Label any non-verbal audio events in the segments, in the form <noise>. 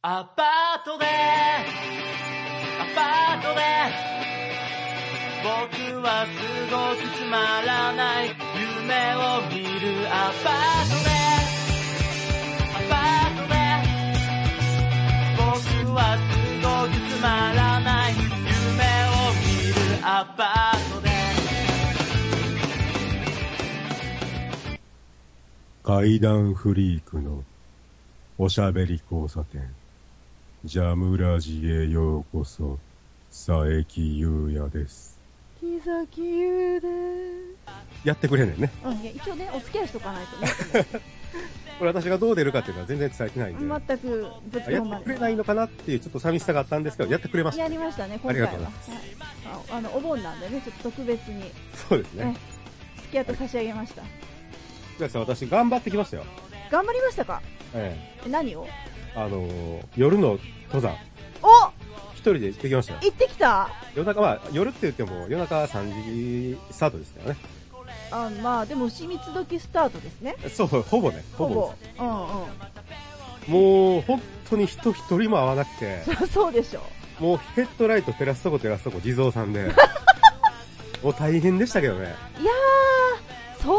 アパートで、アパートで、僕はすごくつまらない夢を見るアパートで、アパートで、僕はすごくつまらない夢を見るアパートで、階段フリークのおしゃべり交差点。ジャムラジへようこそ、佐伯優也です。木崎優です。やってくれんねんね。うん、いや、一応ね、お付き合いしとかないとね。 <laughs> これ私がどう出るかっていうのは全然伝えてないんで、全くぶつあやかってまくれないのかなっていうちょっと寂しさがあったんですけど、やってくれました。やりましたね、あ今り回がとは。うございはいああの、お盆なんでね、ちょっと特別にそうですねね。付き合って差し上げました。じゃあさ、私頑張ってきましたよ。頑張りましたかええ何をえあのー夜の登山、お一人で行ってきましたよ。行ってきた夜中、まあ、夜って言っても夜中3時スタートですからね。あまあ、でも、牛三つ時スタートですね。そう、ほぼね、ほほぼぼで。うんうんす。もう、本当に人一人も会わなくて。そりゃ <laughs> そうでしょ。もうヘッドライト照らすとこ照らすとこ地蔵さん <laughs> で。もう大変でしたけどね。いやー、それ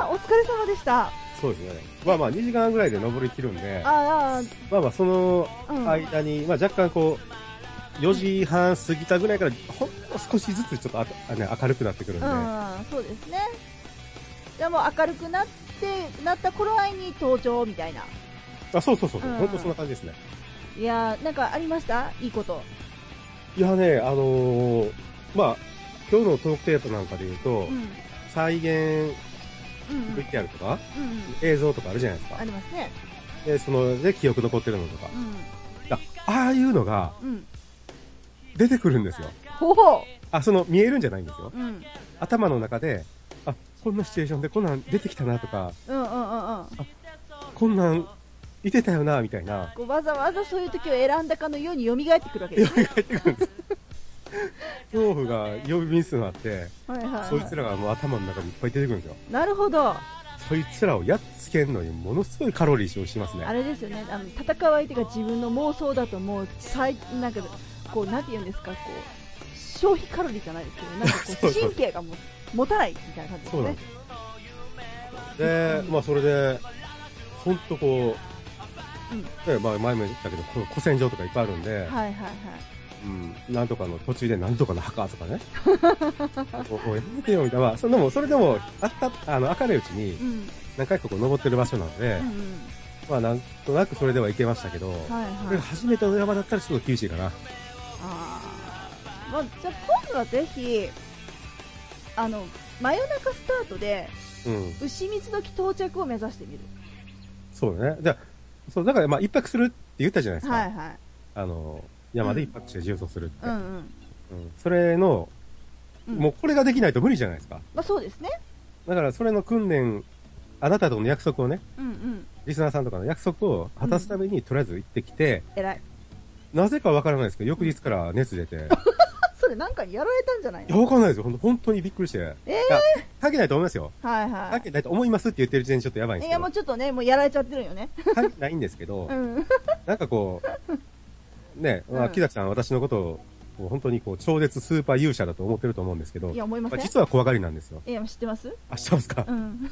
はお疲れ様でした。あそうですね。まあまあ2時間ぐらいで登りきるんで、あまあまあそのー、うん。間に、まあ若干こう、4時半過ぎたぐらいから、ほんの少しずつちょっとああね、明るくなってくるんで、うん、そうですね。でも明るくなって、なった頃合いに登場みたいな。あそうそうそうそう、うんほんとそんな感じですね。いやー、なんかありましたいいこと。いやね、あのーまあ、今日のトークテーマなんかで言うと、うん。うん再現うん。うん VTR とか、うん。映像とかあるじゃないですあか。りますね。で、その、で、記憶残ってるのとか。うあああいうのがん。うん。出てくるんですよ。ほほあ、その見えるんじゃないんですよ。う。うん。頭の中で、あ、こんなシチュエーションでこんなん出てきたなとか、うんうんうんうん。こんなんいてたよな、みたいな。こうわざわざそういう時を選んだかのように蘇ってくるわけ蘇です。ってくるんです。恐怖が呼び水のあって、はいはい、はい。そいつらがもう頭の中にいっぱい出てくるんですよ。なるほど。そいつらをやっつけるのにものすごいカロリー消費しますあね。れですよね。あの、戦う相手が自分の妄想だともう、最、なんか、こう、なんて言うんですか、こう、消費カロリーじゃないですけど、なんか <laughs> そこうう、そう神経がもう、持たないみたいな感じですそうなんねで。す。で、まあそれで、ほんとこうんう、でまあ前も言ったけど、こう古戦場とかいっぱいあるんで、はいはいはい。うん、なんとかの途中でなんとかの墓とかね。 <laughs> おおやめてよみたいな。まあ、そんなもん、それでも、あった、あの、明るいうちうにん。何回かこう登ってる場所なのでう、んまあなんとなくそれでは行けましたけど、うん。はいこはれいが。初めての山だったらちょっと厳しいかな。あーまあ、じゃあ今度はぜひあの真夜中スタートでうん。牛三つ時到着を目指してみるそうだね。じゃあそう、だからまあ一泊するって言ったじゃないですか。はいはいあの、山で一泊して重装するって。うんうん、うんそれの、うんもうこれができないと無理じゃないですか。まあ、そうですねだからそれの訓練、あなたとの約束をね、うんうんリスナーさんとかの約束を果たすためにとりあえず行ってきて、偉いなぜかわからないですけど、翌日から熱 <laughs> 出て。いあそれなんかにやられたんじゃないや、のわかんないですよ。ほんと本当にびっくりして。ええ関係ないと思いますよ。はいは関係ないと思いますって言ってる時点でちょっとやばいんいですいけやもうど。ちょっとねもうやられちゃってるよね関係ないんですけどう、んなんかこう、ね、まあ、うん木崎さんは私のことを本当にこう、超絶スーパー勇者だと思ってると思うんですけど、いや思いまませあん実は怖がりなんですよ。いや知ってますあ、そうですかう。ん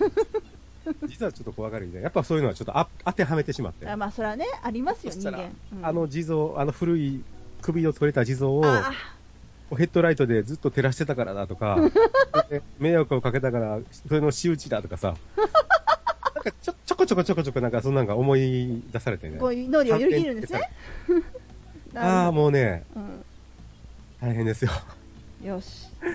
実はちょっと怖がりで、やっぱそういうのはちょっとあ当てはめてしまって。あまあそれはねありますよそし人たら間、うんあの地蔵、あの古い首を取れた地蔵を、あヘッドライトでずっと照らしてたからだと <laughs> か、で迷惑をかけたから、それの仕打ちだとかさ、なんかちょちょこちょこちょこちょこなんかそんなんが思い出されてねー。こういう脳裏をよぎるんですねあ <laughs> なあ、るもうね、ほど、うん大変ですよ。よし。じ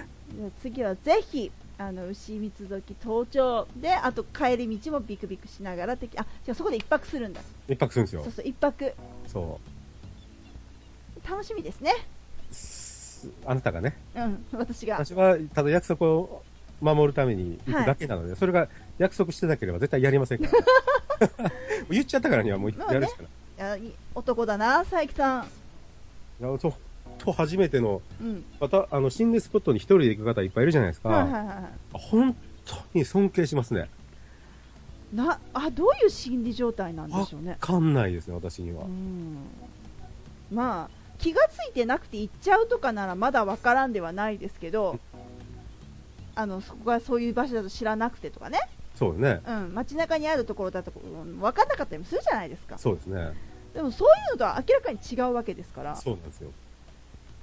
ゃあ次はぜひ、あの、牛三つ時登頂で、あと帰り道もビクビクしながら的、あ、違う、そこで一泊するんだ。一泊するんですよそう。そう、一泊。そ楽しみですね。うす。あなたがね、うん、私が。私はただ約束を守るために行くだけなので、それが約束してなければ絶対やりません <laughs> から。言っちゃったからにはもうやるしかない。あい男だな、佐伯さん。いやとと初めての、うん。また、あの、心霊スポットに一人で行く方いっぱいいるじゃないですか。はいはいはいは本当に尊敬しますね。い。な、あ、どういう心理状態なんでしょうわね。かんないですね、私にはう。ん。まあ気がついてなくて行っちゃうとかならまだわからんではないですけどあのそこがそういう場所だと知らなくてとかね、そうね。うん、街中にあるところだとうん分かんなかったりもするじゃないですかそうですね。でもそういうのとは明らかに違うわけですからそうなんですよ。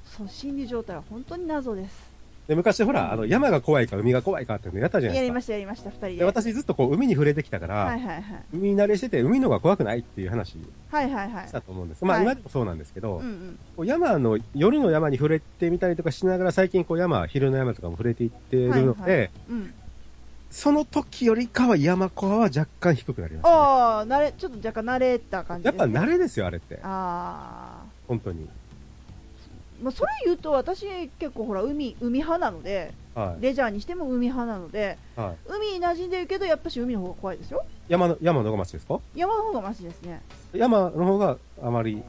そう心理状態は本当に謎ですで、昔ほら、あの、山が怖いか海が怖いかっていうのやったじゃないやでりすまか。したやりました2人でで私ずっとこう、海に触れてきたから、はいはいはい海慣れしてて、海の方が怖くないっていう話はいはいはいしたと思うんです。まあ、はい今でもそうなんですけど、うんうんこう山の、夜の山に触れてみたりとかしながら、最近こう山、昼の山とかも触れていってるので、はいはうんその時よりかは山コアは若干低くなりました、ね。ああ慣れちょっと若干慣れた感じやでっす、ぱね、慣れですよ、あれって。ああ本当に。まあ、それ言うと私結構ほら海海派なのではレジャーにしても海派なのでい。はい。海に馴染んでるけどやっぱし海の方が怖いですよ山の、山の方がマシですか山の方がマシですね山の方があまり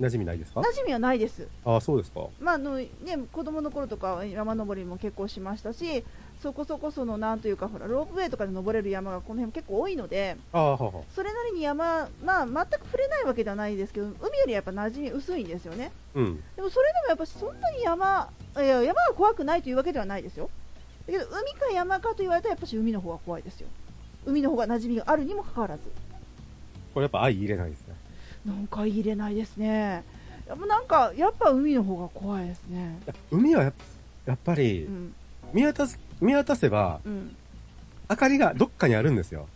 馴染みないですか馴染みはないですああ、そうですか。まああのね子供の頃とかは山登りも結構しましたしそこそこそのなんというかほらロープウェイとかで登れる山がこの辺結構多いのでああ、はあはあ。それなりに山まあ全く触れないわけではないですけど海よりやっぱ馴染み薄いんですよねうん。でもそれでもやっぱそんなに山いや山が怖くないというわけではないですよだけど海か山かと言われたらやっぱし海の方が怖いですよ海の方が馴染みがあるにもかかわらずこれやっぱ相入れないですね。なんか入れないですねやっぱなんかやっぱ海の方が怖いですねいや海はやっやっぱりう、ん見渡す、見渡せば、うん明かりがどっかにあるんですよ。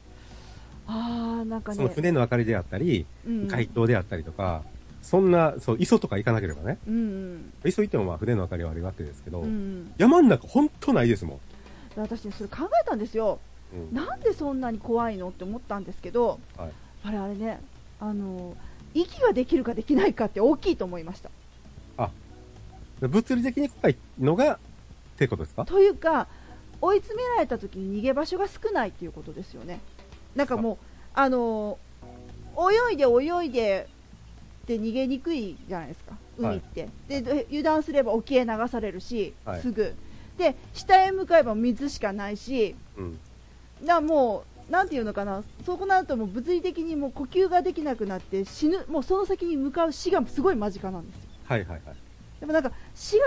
ああなんかそのね船の明かりであったり、うん街灯であったりとか、そんな、そう、磯とか行かなければね。うん磯行ってもまあ船の明かりはあるわけですけど、うんうん山の中ほんとないですもん。私ねそれ考えたんですようんなんでそんなに怖いのって思ったんですけど、はいあれあれねあの息ができるかできないかって大きいと思いました物理的に怖いのが、ってことですかというか追い詰められた時に逃げ場所が少ないっていうことですよねなんかもうあの泳いで泳いでって逃げにくいじゃないですか海って、でど油断すれば沖へ流されるし、はいすぐで下へ向かえば水しかないしうん。なもうなんていうのかなそうなるともう物理的にもう呼吸ができなくなって死ぬもうその先に向かう死がすごい間近なんですよはいはいはい。でもなんか死が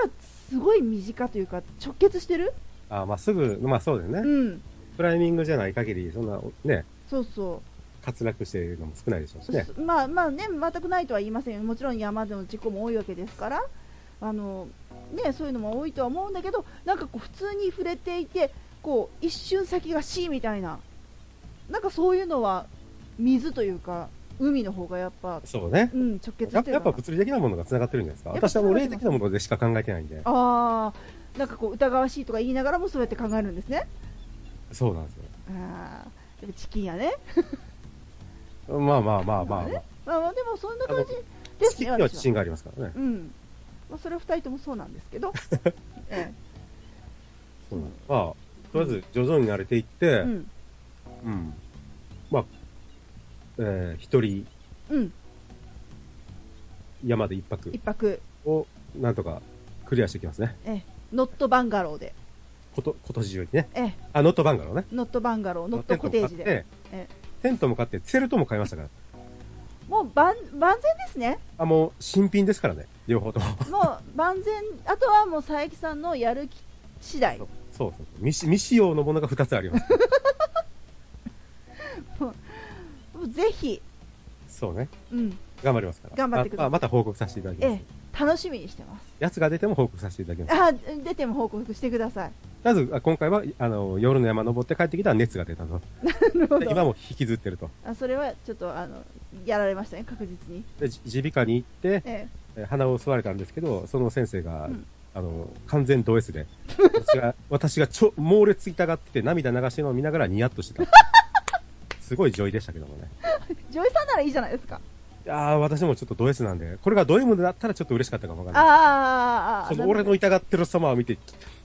すごい身近というか直結してるあーまあすぐ、まあそうだよね。うんクライミングじゃない限り、そんな、ね、そうそう滑落しているのも少ないでしょうしね。そまあまあね全くないとは言いませんよもちろん山での事故も多いわけですからあの、ね、そういうのも多いとは思うんだけどなんかこう普通に触れていてこう一瞬先が死みたいななんかそういうのは水というか海の方がやっぱ、そうねう。ん、直結やしっぱてやるっぱかな物理的なものが繋がってるんじゃないですかやっぱ私はもう霊的なものでしか考えてないんで。あーなんかこう疑わしいとか言いながらもそうやって考えるんですねそうなんですあーやっぱチキンやねよ。まあまあまあまあ、まあ。まあまあでもそんな感じで好すきにねは私は自信がありますからねう。んまあ、それは2人ともそうなんです <laughs> けど、えそうなんですまあ、とりあえず徐々に慣れていって、え、う。うんん、まあ、えー一人うん、山で一泊一泊、をなんとかクリアしていきますね。ええ、ノットバンガローで、こと、今年中にね。ええ、あ、ノットバンガローね。ノットバンガロー、ノットコテージで、テントも買ってテントも買っええて、セルトも買いましたから。もう万万全ですね、あ、もう新品ですからね。両方とも。 <laughs> もう万全、あとはもう佐伯さんのやる気次第そう、そうそう未使。未使用のものが2つあり <laughs> ます。もうぜひ、そうね。うん、頑張りますから。頑張ってくださあまいあまた報告させていただきます。ええ、楽しみにしてます。やつが出ても報告させていただきます。あー出ても報告してください。まず、あ今回は、あの、夜の山登って帰ってきたら熱が出たと。 <laughs> なるほでど今も引きずってると。あそれはちょっとあのやられましたね、確実に。で、じ耳鼻科に行って、ええ鼻を吸われたんですけど、その先生が、うんあの、完全ド <laughs> S で、私が、私がちょ、猛烈痛がってて涙流してるのを見ながらニヤッとして <laughs> た。すごい女医でしたけどもね。え、女医さんならいいじゃないですか。いやー、私もちょっとド S なんで、これがド M だったらちょっと嬉しかったかもわかんない。あーあー、あーあーその俺の痛がってる様を見て、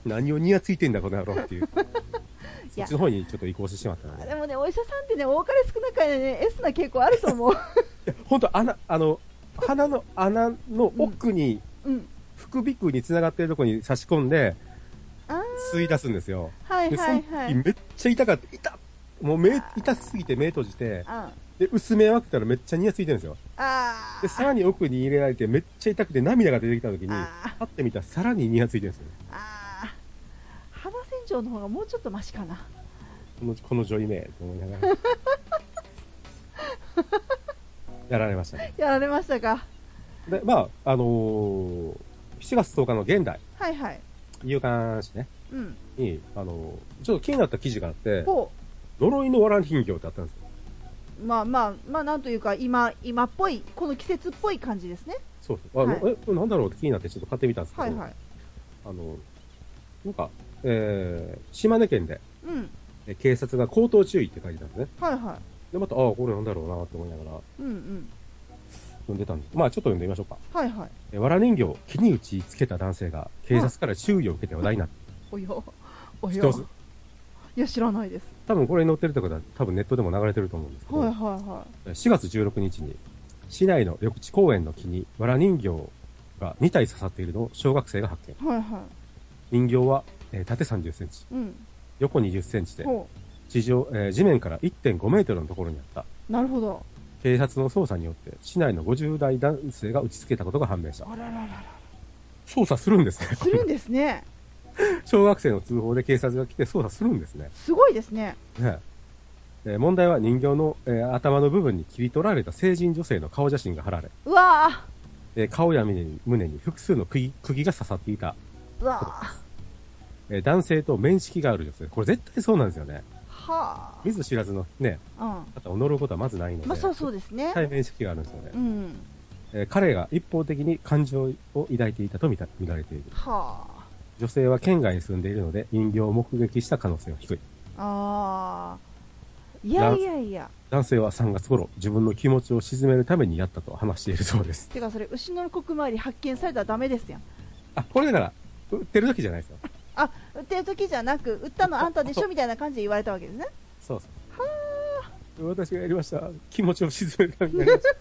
何をニヤついてんだこ <laughs> の野郎っていう。そっちの方にちょっと移行してしまったのあで。でもね、お医者さんってね、多かれ少なかれね、S な傾向ある <laughs> と思う。本当穴、あの、鼻の穴の奥に、うん。副鼻腔に繋がってるとこに差し込んで、あー吸い出すんですよ。はいで、そはのい時はい。めっちゃ痛かった。痛っもう目、痛すぎて目閉じて、あで、薄めを開けたらめっちゃニヤついてるんですよ。あで、ーさらに奥に入れられてめっちゃ痛くて涙が出てきた時に、あパッて見たらさらにニヤついてるんですよ。あー幅洗浄の方がもうちょっとマシかなこの、この女医名と思いな <laughs> がら。やられましたね。やられましたかで、まあ、あのー7月10日の現代、はいはい夕刊誌ね、うんに、あのーちょっと気になった記事があって、こ呪いのわら人形ってあったんですよ。うまあまあまあなんというか今今っぽいこの季節っぽい感じですねそうそう。あの、はえ、これなんだろうって気になってちょっと買ってみたんですけど、はいはいあの、なんか、えー、島根県で、うんえ警察が口頭注意って書いてたんですね。はいはで、また、ああ、これなんだろうなと思いながらいうんうん読んでたんです。まあ、ちょっと読んでみましょうか。はいはいえ、わら人形を木に打ちつけた男性が、警察から注意を受けて話題になっおよおて、知ってまよすいや知らないです多分これに載ってるとこだ、多分ネットでも流れてると思うんですけど、はいはいは4月16日に、市内の緑地公園の木に、わら人形が2体刺さっているのを小学生が発見。いはいは人形は、えー縦30センチ、いうん横20センチで、ほ地上、えー地面から1.5メートルのところにあった。うなるほど警察の捜査によって、市内の50代男性が打ち付けたことが判明した。あらららら捜査するんですね。するんですね <laughs> 小学生の通報で警察が来て捜査するんですね。すごいですねねえー問題は人形の、えー頭の部分に切り取られた成人女性の顔写真が貼られ、うわあえー顔や胸に胸に複数の釘釘が刺さっていた、うわあえー男性と面識がある女性。これ絶対そうなんですよね。は見ず知らずのね、あ方を乗ることはまずないのうで、んまあそうそうですね絶対面識があるんですよねう。んえー彼が一方的に感情を抱いていたと見た見られている。は女性は県外に住んでいるので、人形を目撃した可能性は低い。ああーいやいやいや男性は3月頃、自分の気持ちを鎮めるためにやったと話しているそうです。てかそれ牛の国回り発見されたらダメですやんあ、これだから、売ってる時じゃないですよ。あ売ってる時じゃなく売ったのあんたでしょみたいな感じで言われたわけですねそうそう。私がやりました。気持ちを鎮めるためにやりま <laughs> した。こ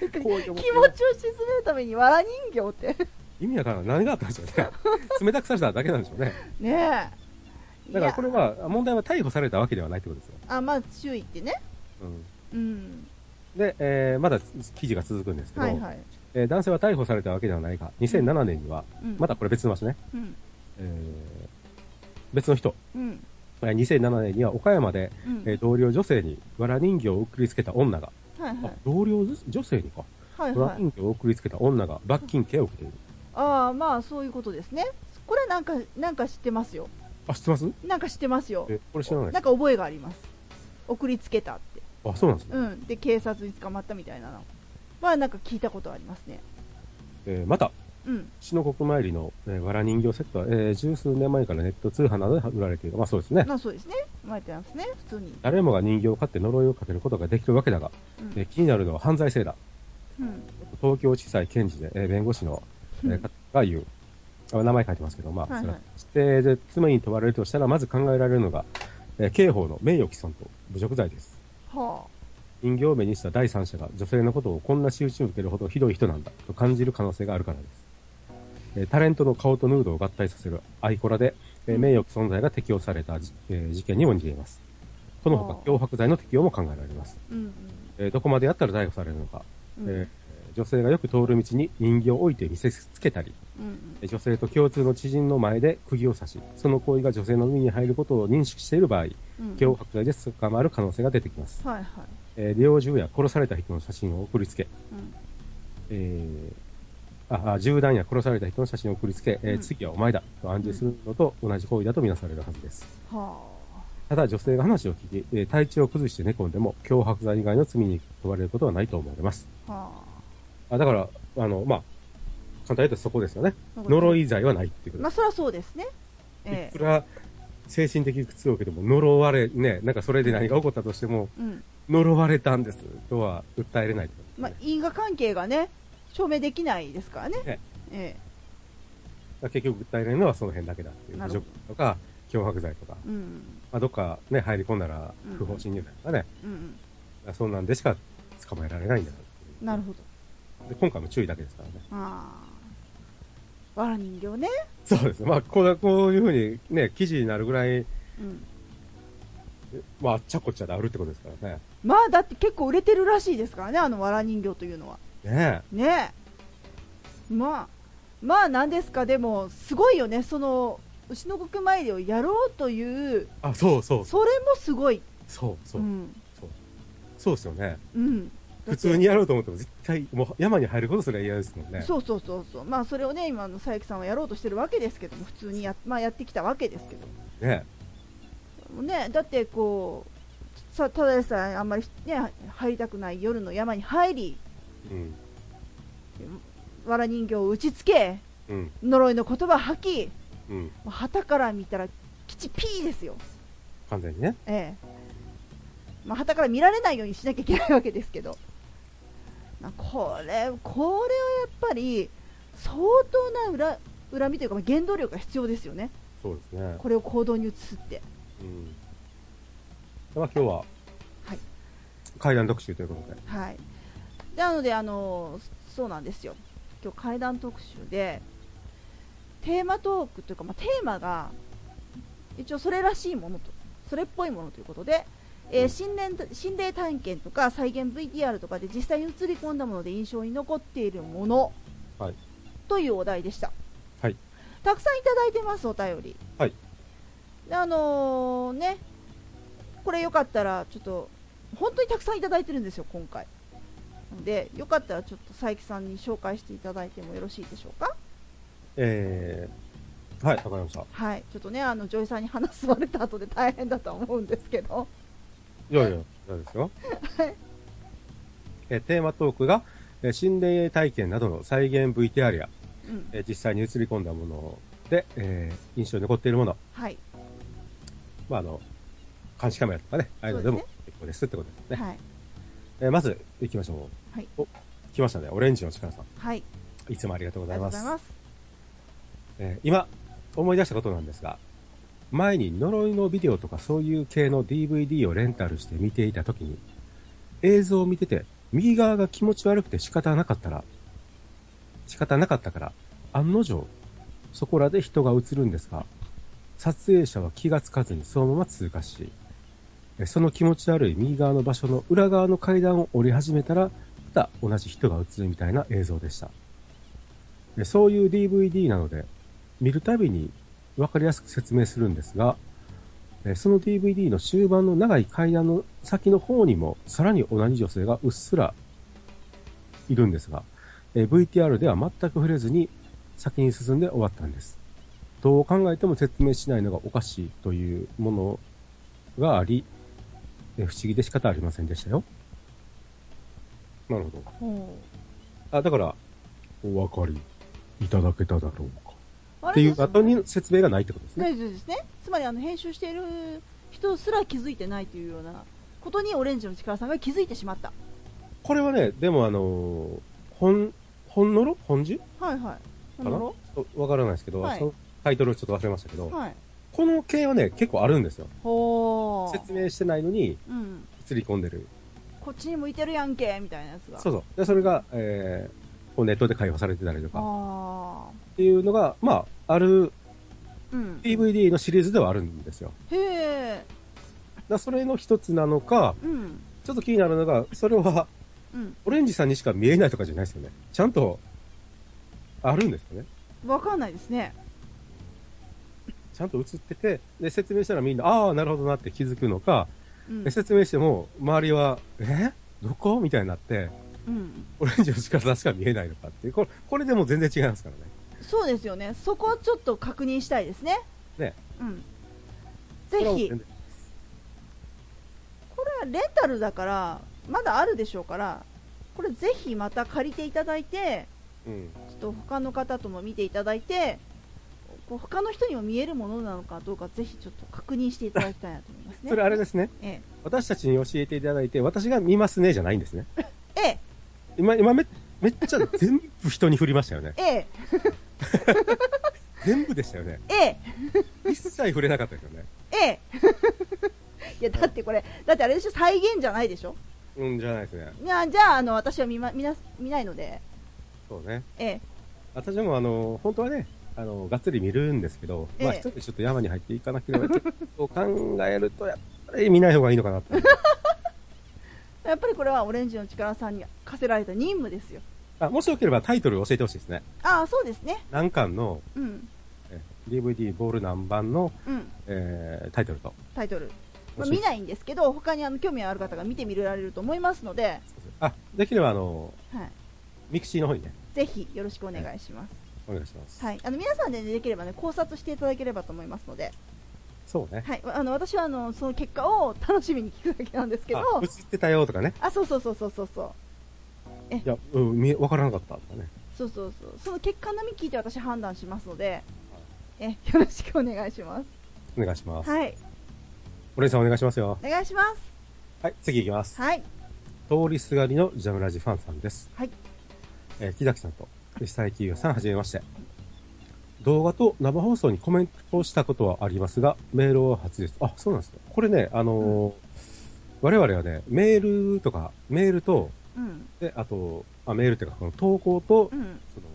ういう気持思いちを沈めるためにわら人形って意味わからない。何があったんでしょうね。冷たくされただけなんでしょうね。ねえだからこれいやは、問題は逮捕されたわけではないってことですよ。あまあ注意ってねうんうんで、えーまだ記事が続くんですけど、はいはいえー男性は逮捕されたわけではないが、2007年には、うんまだこれ別の場所ね、うんえー別の人、うんえー2007年には岡山で、うんえー同僚女性に藁人形を送りつけた女が、はいはあい同僚女女性にか、はい藁はい人形を送りつけた女が罰金刑を受けている。ああまあそういうことですねこれなんかなんか知ってますよあ、知ってますなんか知ってますよえ、これ知らないでなんか覚えがあります送りつけたってす。あ、そうなんですね。うんで警察に捕まったみたいなのはなんか聞いたことありますねえーまた、うん四の国参りの、えー、藁人形セットは、えー十数年前からネット通販などで売られている。まあそうですね。まあそうですね生まれてますね普通に誰もが人形を飼って呪いをかけることができるわけだが、うんえー気になるのは犯罪性だ。うん東京地裁検事で、えー弁護士の、えーうん方が言う。あ名前書いてますけど、まあ、はいはいそれはで、罪に問われるとしたら、まず考えられるのが、えー刑法の名誉毀損と侮辱罪です。は人形を目にした第三者が女性のことをこんな仕打ちを受けるほどひどい人なんだと感じる可能性があるからです。えータレントの顔とヌードを合体させるアイコラで、えーうん名誉存在が適用されたじ、えー事件にも似ています。このほか脅迫罪の適用も考えられますあ。うんえーどこまでやったら逮捕されるのか、うんうんえー女性がよく通る道に人形を置いて見せつけたり、うんえー女性と共通の知人の前で釘を刺し、その行為が女性の身に入ることを認識している場合、うん脅迫罪で捕まる可能性が出てきます。はいはいえー猟銃や殺された人の写真を送りつけ、うんえーああ銃弾や殺された人の写真を送りつけ、えーうん次はお前だと暗示するのと同じ行為だとみなされるはずです。はただ女性が話を聞き、えー体調を崩して寝込んでも脅迫罪以外の罪に問われることはないと思われます。あはあだから、あの、まあ、簡単に言うとそこですよね。あ呪い罪はないっていうことまあそりゃそうですねでえす。いえくら精神的苦痛を受けても呪われ、ね、なんかそれで何が起こったとしても、うん呪われたんですとは訴えれないってことまであすね、因果関係がね証明できないですからねねえまあ結局訴えれるのはその辺だけだっていう。な侮るほど辱とか、脅迫罪とか、えうんまあ、どっかね、入り込んだらうん不法侵入罪とかね、うんそんなんでしか捕まえられないんだなっていううんなるほどで、今回も注意だけですからね。ああわら人形ねそうです。まあ、こうこういうふうにね、記事になるぐらい、うんまあ、あっちゃこっちゃであるってことですからね。まあだって結構売れてるらしいですからねあのわら人形というのはねねえまあまあなんですかでもすごいよねその牛の国参りをやろうというえ。あ、そうそう、それもすごいそうそうう、んそうですよね。うんだって普通にやろうと思っても絶対、もう山に入ることすら嫌ですもんね。そうそうそうそうまあそれをね今の佐伯さんはやろうとしてるわけですけども普通にや,、まあ、やってきたわけですけどねね、だってこうさただでさえあんまり、ね、入りたくない夜の山に入りえ。うん。わら人形を打ちつけうん。呪いの言葉吐きうん。旗から見たら吉ピーですよ、完全にね。ええまあ旗から見られないようにしなきゃいけないわけですけど、まあこれこれはやっぱり相当な裏恨みというかまあ原動力が必要ですよね、そうですね。これを行動に移すって。うん。まあ、今日は、はい。階段特集ということで。はい、なのであのそうなんですよ今日怪談特集でテーマトークというか、まあ、テーマが一応それらしいものとそれっぽいものということで、えー心霊心霊探検とか再現 VTR とかで実際に映り込んだもので印象に残っているもの、はいというお題でした、はいたくさんいただいてますお便りはいであのーねこれよかったらちょっと本当にたくさんいただいてるんですよ今回なのでよかったらちょっと佐伯さんに紹介していただいてもよろしいでしょうかえー、はい、わかりました。はいちょっとねあの女優さんに話吸われた後で大変だとは思うんですけどいやいや、大丈夫です <laughs> よ。えーテーマトークが、えー心霊体験などの再現 VTR や、うんえー実際に映り込んだもので、えー印象に残っているもの、はい、まあ、あの、監視カメラとかね、ああいうのでもそう結構ですってことですね。はいえーまず、行きましょう。はいお、来ましたね。オレンジの力さはいん。いつもありがとうごありざがいとうごまざいす。ますえー今、思い出したことなんですが、前に呪いのビデオとかそういう系の DVD をレンタルして見ていたときに、映像を見てて、右側が気持ち悪くて仕方なかったら、仕方なかったから、案の定、そこらで人が映るんですが、撮影者は気がつかずにそのまま通過し、えその気持ち悪い右側の場所の裏側の階段を降り始めたら、また同じ人が映るみたいな映像でした。えそういう DVD なので、見るたびに分かりやすく説明するんですが、えーその DVD の終盤の長い階段の先の方にも、さらに同じ女性がうっすらいるんですが、えー VTR では全く触れずに先に進んで終わったんです。どう考えても説明しないのがおかしいというものがあり、えー不思議で仕方ありませんでしたよ。なるほど。ほあ、だから、お分かりいただけただろうか。うあっていれでうすね後に説明がないってことですね。大丈夫ですねつまりあの編集している人すら気づいてないというようなことにオレンジの力さんが気づいてしまったこれはね、でもあのー本、本のろ本樹はいはいかななるほちょっとわからないですけど、はいそのタイトルちょっと忘れましたけど、どはいこの系はね、結構あるんですよ。ほ説明してないのにう、うん、映り込んでる。こっちに向いてるやんけみたいなやつがそうそう。で、それが、えー、こうネットで解放されてたりとか、あっていうのが、まあ、あるあうん DVD のシリーズではあるんですよ。へえだからそれの一つなのか、うんちょっと気になるのが、それは、うんオレンジさんにしか見えないとかじゃないですよね。ちゃんと、あるんですよね。わかんないですねちゃんと映ってて、で、説明したらみんな、ああ、なるほどなって気づくのか、うんで説明しても、周りは、えどこみたいになって、うんオレンジの力差しか見えないのかっていう、これ、これでも全然違いますからね。そうですよねそこをちょっと確認したいですねねうんこぜれはひ全然これはレンタルだからまだあるでしょうからこれぜひまた借りていただいてうん。ちょっと他の方とも見ていただいてこう他の人にも見えるものなのかどうかぜひちょっと確認していただきたいなと思いますねそれあれですね。え私たちに教えていただいて、私が見ますね、じゃないんですね。ええ。今、今め、めっちゃ全部人に振りましたよねええ全部でしたよね。ええ一切触れなかったですよね。え <laughs> えいやだってこれだってあれでしょ再現じゃないでしょうん、じゃないですね。いやじゃああの私は見,、ま、見な見ないのでそうね。ええ私もあの、本当はね、あの、がっつり見るんですけど、まあええ一人でちょっと山に入っていかなければいけないと考えると、やっぱれ見ない方がいいのかなって。やっぱりこれはオレンジの力さんに課せられた任務ですよ <laughs> あ、もしよければタイトル教えてほしいですね。ああそうですね何巻のうんえ DVD ボール何番の、うんえータイトルと。タイトル、まもあし見ないんですけど他にあの興味ある方が見てみられると思いますので、あ、できればあの、はい、ミクシーの方にね、ぜひよろしくお願いします、お願いします。はい、あの皆さんで、ね、できれば、ね、考察していただければと思いますので、そうね。はい、あの私はあのその結果を楽しみに聞くだけなんですけどあ、映ってたよとかね。あそうそうそうそうそうそういや、うん、見えわからなかったとかね。そうそうそうその結果のみ聞いて私判断しますのでえよろしくお願いしまお願いしますす。はいお姉さんお願いしますよ。お願いしまはい、次行きますす。はい通りすがりのジャムラジファンさんです。はいえー木崎さんと、久井清也さん、はじめまして。動画と生放送にコメントをしたことはありますが、メールは初です。あ、そうなんですね。これね、あのー我々はね、メールとか、メールと、うんで、あと、あメールっていうか、この投稿と、うんその、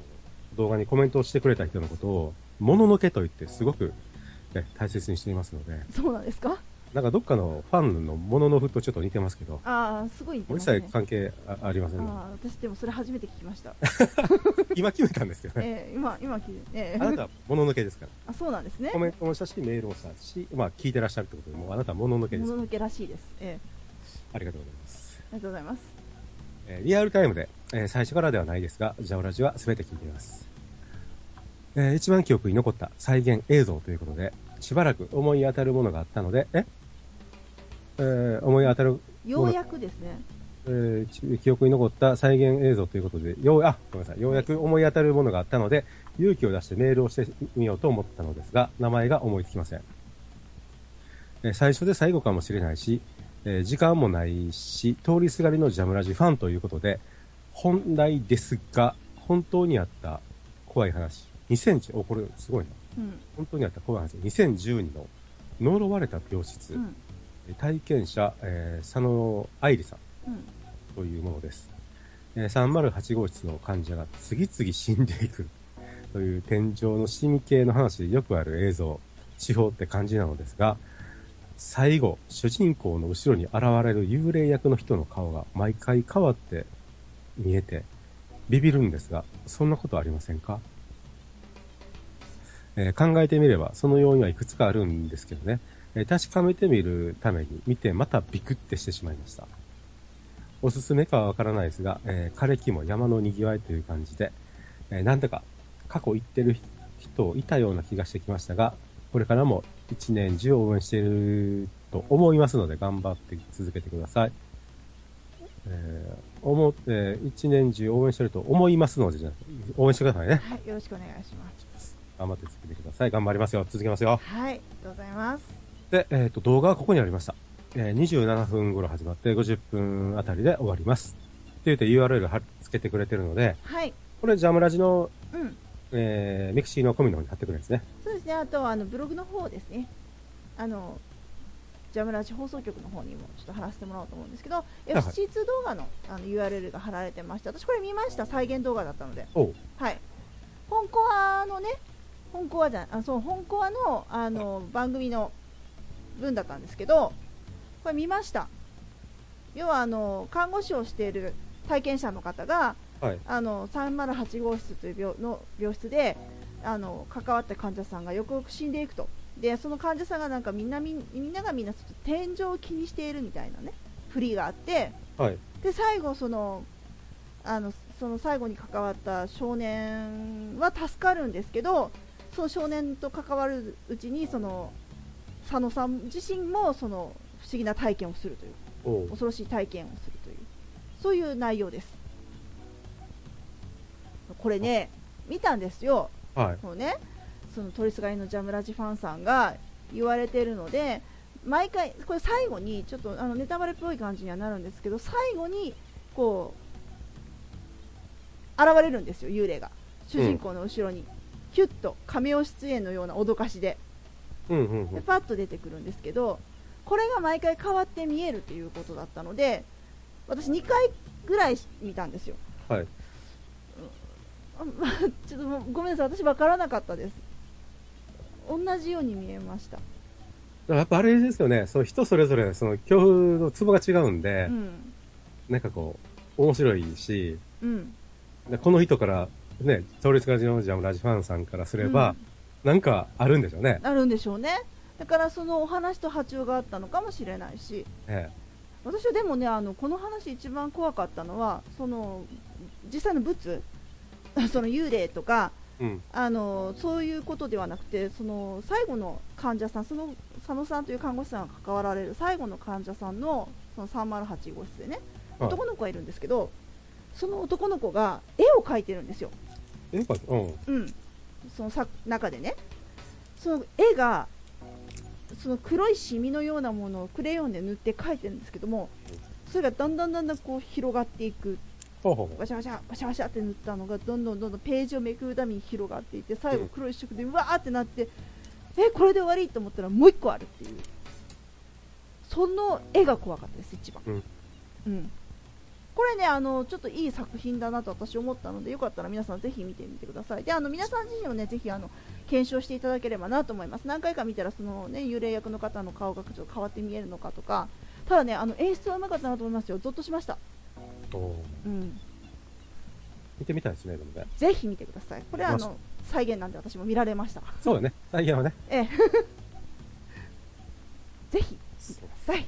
動画にコメントをしてくれた人のことを、もののけと言って、すごく、ね、大切にしていますので、そうなんですかなんかどっかのファンのもののふとちょっと似てますけど、ああすごい似てもうま一す切ね関係あありませんのであー私でもそれ初めて聞きま <laughs> した今決めたんですけどね。えー、今今聞いてえあーなたはもののけですから。あそうなんですねコメントもしたし、メールもしたし、まあ聞いてらっしゃるってことで、もうあなたはもののけでもすの。のけらしいですえー、ありがとうございますあ。りがとうございますえーリアルタイムで、えー最初からではないですが、ジャオラジは全て聞いています。えー一番記憶に残った再現映像ということで、しばらく思い当たるものがあったので、ええー思い当たる、ようやくですねえーち記憶に残った再現映像ということで、よう、あ、ごめんなさい、ようやく思い当たるものがあったので、勇気を出してメールをしてみようと思ったのですが、名前が思いつきません。えー最初で最後かもしれないし、えー時間もないし、通りすがりのジャムラジファンということで、本来ですが、本当にあった怖い話、2010、お、これすごいな。うん本当にあった怖い話、2012の呪われた病室、うんえー体験者、えー佐野愛理さん。うんというものです。えー308号室の患者が次々死んでいくという天井の死に系の話でよくある映像、地方って感じなのですが、最後、主人公の後ろに現れる幽霊役の人の顔が毎回変わって見えて、ビビるんですが、そんなことありませんか、えー考えてみれば、その要因はいくつかあるんですけどね、えー確かめてみるために見てまたビクってしてしまいました。おすすめかはわからないですが、えー枯れ木も山のにぎわいという感じで、えーなんだか過去行ってる人いたような気がしてきましたが、これからも一年中応援していると思いますので頑張って続けてください。えー思って、えー一年中応援してると思いますのでじゃなくて、応援してくださいね。はいよろしくお願いします頑張って続けてください。頑張りますよ。続けますよ。はいありがとうございますで、えっ、と、動画はここにありました。えー27分頃始まって50分あたりで終わります。って言って URL 貼っつけてくれてるので、はいこれジャムラジの、うんえー、ミクシーのコミの方に貼ってくれるんですね。そうですね、あとはあのブログの方ですね、あのジャムラジ放送局の方にもちょっと貼らせてもらおうと思うんですけど、はい FC2 動画のあの URL が貼られてまして、私、これ見ました、再現動画だったので、おう。はい、本コアのね、本コアじゃあそう本コアのあの番組の分だったんですけど、これ見ました、要はあの看護師をしている体験者の方が、はい。あの308号室という病の病室であの関わった患者さんがよくよく死んでいくとでその患者さんがなんかみんなみんみんながみんなちょっと天井を気にしているみたいなねフリーがあってはい。で最後そのあのその最後に関わった少年は助かるんですけどその少年と関わるうちにその佐野さん自身もその不思議な体験をするというおう。恐ろしい体験をするというそういう内容ですこれね見たんですよはい。このねその取りすがりのジャムラジファンさんが言われてるので毎回これ最後にちょっとあのネタバレっぽい感じにはなるんですけど最後にこう現れるんですよ幽霊が主人公の後ろに、キュッと亀尾出演のような脅かしでうんうんうでん。パッと出てくるんですけどこれが毎回変わって見えるということだったので私2回ぐらい見たんですよはい。あまあちょっともうごめんなさい私分からなかったです同じように見えましたからやっぱあれですよね、その人それぞれ、その恐怖のツボが違うんで、うんなんかこう、面白いし、うんでこの人から、ね、調律家ジのジャムラジファンさんからすれば、なんかあるんでしょうね。あるんでしょうねだからそのお話と波長があったのかもしれないしえ私はでもねあのこの話一番怖かったのはその実際の仏 <laughs> その幽霊とかえうん。あのそういうことではなくてその最後の患者さんその佐野さんという看護師さんが関わられる最後の患者さんのその308号室でねはい男の子がいるんですけど、その男の子が絵を描いてるんですよ、えよかったうん。うん、そのさ中でねその絵がその黒いシミのようなものをクレヨンで塗って描いてるんですけどもそれがだんだんだんだんこう広がっていくほうほうほわしゃわしゃわしゃわしゃって塗ったのがどんどんどんどんページをめくるために広がっていって最後黒一色でうわーってなってえこれで終わりと思ったらもう一個あるっていうその絵が怖かったです一番うん、うんこれねあのちょっといい作品だなと私思ったのでよかったら皆さんぜひ見てみてくださいであの皆さん自身をねぜひあの検証していただければなと思います何回か見たらそのね幽霊役の方の顔がちょっと変わって見えるのかとかただねあの演出はうまかったなと思いますよゾッとしましたう。おーうん見てみたいですね、でもね。ぜひ見てください。これはあ見まの再現なんで私も見られました。そうだね。最近はね。ええ、 <laughs> ぜひ見てください。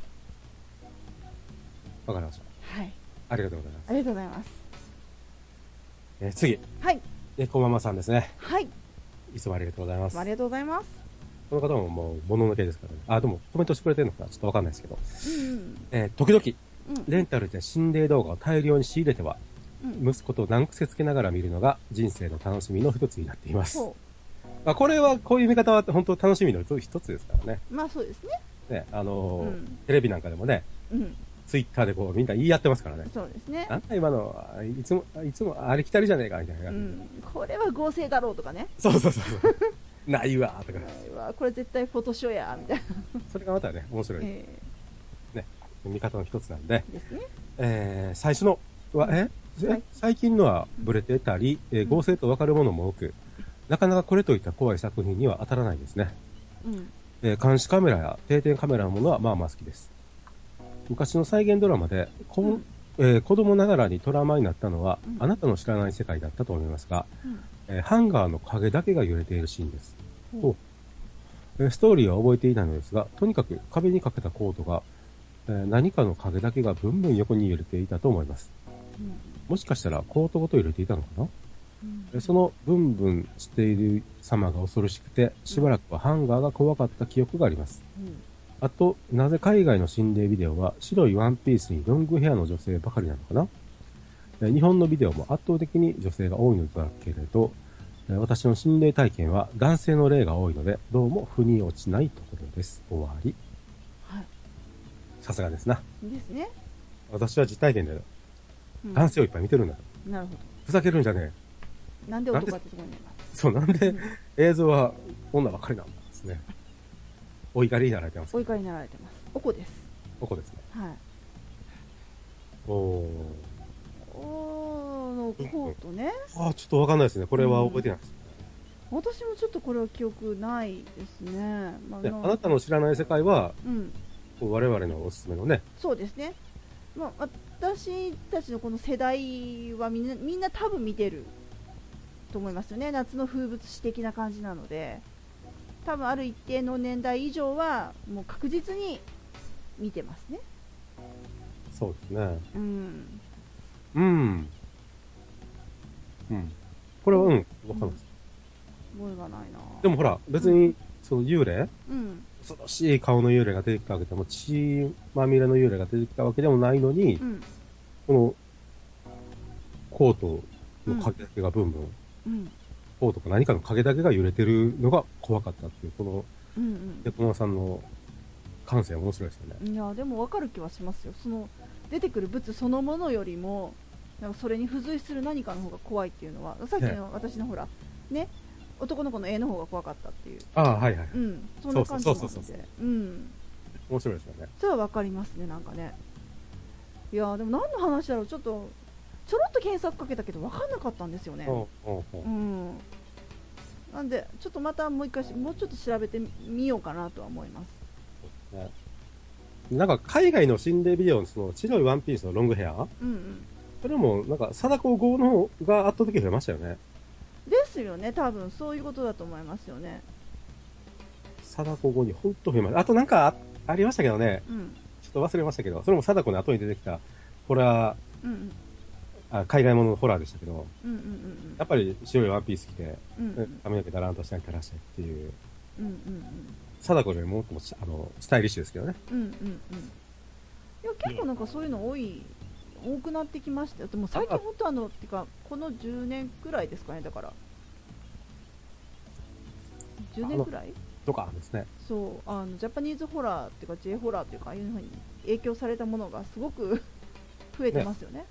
わかりました。はい、ありがとうございます。ありがとうございます。えー次。はい、え、こままさんですね。はい、いつもありがとうございます。ありがとうございます。この方ももう、もののけですからね。あ、でも、コメントしてくれてるのかちょっとわかんないですけど。うん、えー時々、うん、レンタルで心霊動画を大量に仕入れては、うん、息子と難癖つけながら見るのが人生の楽しみの一つになっています。そまあ、これは、こういう見方は本当楽しみの一つですからね。う、まあそうですね。ね、あのーうんテレビなんかでもね、うん、ツイッターでこうみんな言い合ってますからね。そうですねな。んだ今の、あいつも、いつもありきたりじゃねえか、みたいなう感じで、ん、これは合成だろうとかね。そうそうそうそう。 <laughs> ないわ、とか。うわこれ絶対フォトショーやみたいな。それがまたね、面白い、え見方の一つなんで、えですね。えー、最初のは、ええはい最近のはブレてたり、えーうん合成とわかるものも多く、なかなかこれといった怖い作品には当たらないですね。うん、えー監視カメラや定点カメラのものはまあまあ好きです。昔の再現ドラマで、こうんえー子供ながらにトラウマになったのは、うんあなたの知らない世界だったと思いますが、うん、えーハンガーの影だけが揺れているシーンです。ほうえーストーリーは覚えていないのですが、とにかく壁にかけたコートが、えー何かの影だけがブンブン横に揺れていたと思います。うんもしかしたらコートごと揺れていたのかなうんえーそのブンブンしている様が恐ろしくて、しばらくはハンガーが怖かった記憶があります。うんあと、なぜ海外の心霊ビデオは白いワンピースにロングヘアの女性ばかりなのかなえー日本のビデオも圧倒的に女性が多いのだけれど、えー私の心霊体験は男性の例が多いので、どうも腑に落ちないところです。終わり。はいさすがですな。ですね。私は実体験でうん男性をいっぱい見てるんだよ。なるほふざけるんじゃねど。なんで男ってところになります。え。そう、なんうでん映像は女ばかりなんですね。お怒りになられてます。お怒りになられてます。おこです。ここですね。はい。おー。おのコートね、あー、ちょっとわかんないですね。これは覚えてないです。私もちょっとこれは記憶ないですね、まあね、あのなたの知らない世界は、うん、こう我々のおすすめのね、そうですね、まあ、私たちのこの世代はみんなみんな多分見てると思いますよね、夏の風物詩的な感じなので、多分ある一定の年代以上は、もう確実に見てますね。そうですね。うん、うん。うん。これは、うん、わかります。覚えがないな。でもほら、別に、その幽霊、うん、恐ろしい顔の幽霊が出てきたわけでも、血まみれの幽霊が出てきたわけでもないのにう、ん、この、コートの影だけがブンブン、うん、コートか何かの影だけが揺れてるのが怖かったっていう、この、うん、ヤクマさんの感性面白いですよね。いやでも分かる気はしますよその出てくる物そのものよりもなんかそれに付随する何かの方が怖いっていうのはさっきねの私のほらね男の子の絵の方が怖かったっていう、ああ、はいはい。うん、そんな感じなそうそうのそうでうん面白いですよね。それは分かりますねなんかねいやでも何の話だろうちょっとちょろっと検索かけたけど分かんなかったんですよねうん、うん、うんう。んなんでちょっとまたもう一回しもうちょっと調べてみようかなとは思いますねなんか海外の心霊ビデオのその白いワンピースのロングヘアうんうんそれもなんか貞子号の方が圧倒的に増えましたよね。ですよね多分そういうことだと思いますよね貞子号にほんと増えました。あとなんかあありましたけどね、うんちょっと忘れましたけど、それも貞子の後に出てきたホラー、うんうんあ海外もののホラーでしたけど、うんうんやっぱり白いワンピース着て、うんうんうん髪の毛だらんと下に垂らしてっていう、うんうん貞子よりももっともしあのスタイリッシュですけどね。うんうんうんいや結構なんかそういうの多い多くなってきましたよでも最近本当あのてかこの10年くらいですかねだから10年くらいとかですね。そうあのジャパニーズホラーっていうか J ホラーっていうかああいうのに影響されたものがすごく増えてますよね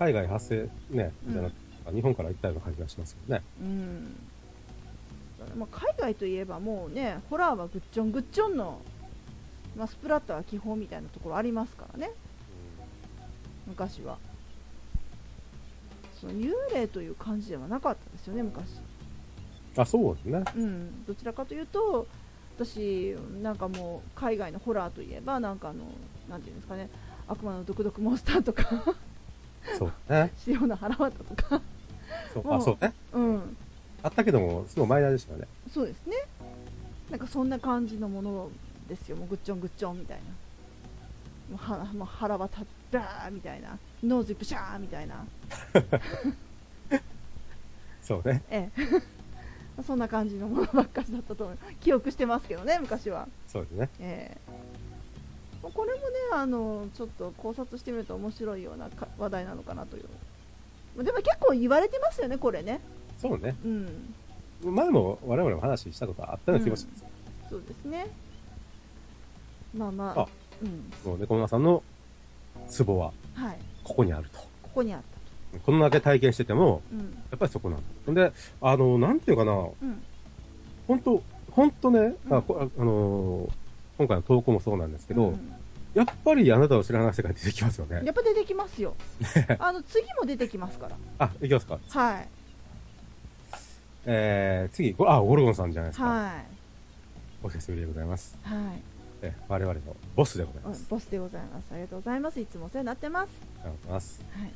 海外発生ね、うんじゃなくて日本から行ったような感じがしますけどね。うん、まあ、海外といえばもうねホラーはグッチョングッチョンの、まあ、スプラッターは基本みたいなところありますからね昔はその幽霊という感じではなかったですよね昔あ、そうですね。うんどちらかというと私なんかもう海外のホラーといえばなんかあのなんていうんですかね悪魔の毒毒モンスターとか <laughs> そうね。潮の腹渡とかそうもあ、うそうね。うんあったけども、すごいマイナーでしたよね。そうですねなんかそんな感じのものですよもうグッチョングッチョンみたいなもうはもう腹渡だーみたいなノーズブシャーみたいなそうね。ええ、 <laughs> そんな感じのものばっかしだったと思う記憶してますけどね、昔は。そうですね。ええ、これもねあの、ちょっと考察してみると面白いようなか話題なのかなという。でも結構言われてますよね、これね。そうね。うん、前も我々も話したことあったような気がします。そうですね。まあまあ、あうん、もう猫村さんのツボははい、ここにあると。ここにあっこのだけ体験してても、た。うん、やっぱりそこなんだ。ほんで、あの、なんていうかな、うん、本当本当ね、うあんこああのー今回の投稿もそうなんですけど、うんやっぱりあなたの知らない世界出てきますよね。やっぱ出てきますよ。あの次も出てきますから。あ、いきますか。はい、えー、次、ごあ、ゴルゴンさんじゃないですか。はお久しぶりでございます。い、はい。え我々のボスでございまうんす。ボスでございます。ありがとうございます。いつもお世話になってます。ありがとうございます。はい。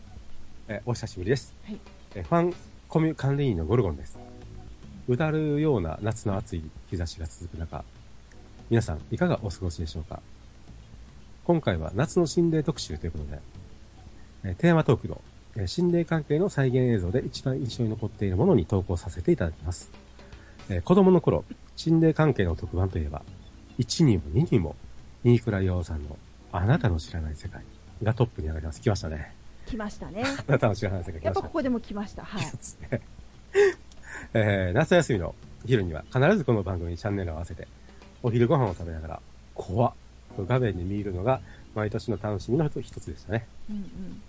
えお久しぶりです。はいえファンコミュ管理員のゴルゴンです。うだるような夏の暑い日差しが続く中、皆さんいかがお過ごしでしょうか今回は夏の心霊特集ということで、えテーマトークの、え心霊関係の再現映像で一番印象に残っているものに投稿させていただきます。え子供の頃、心霊関係の特番といえば、1にも2にも、新倉洋さんのあなたの知らない世界がトップに上がります。来ましたね。来ましたね。あなたの知らない世界来まやしっぱたこ。こでも来ました。はい。ですね。えー夏休みの昼には必ずこの番組にチャンネルを合わせて、お昼ご飯を食べながら、怖っと画面に見るのが毎年の楽しみの一つでしたね。うんうん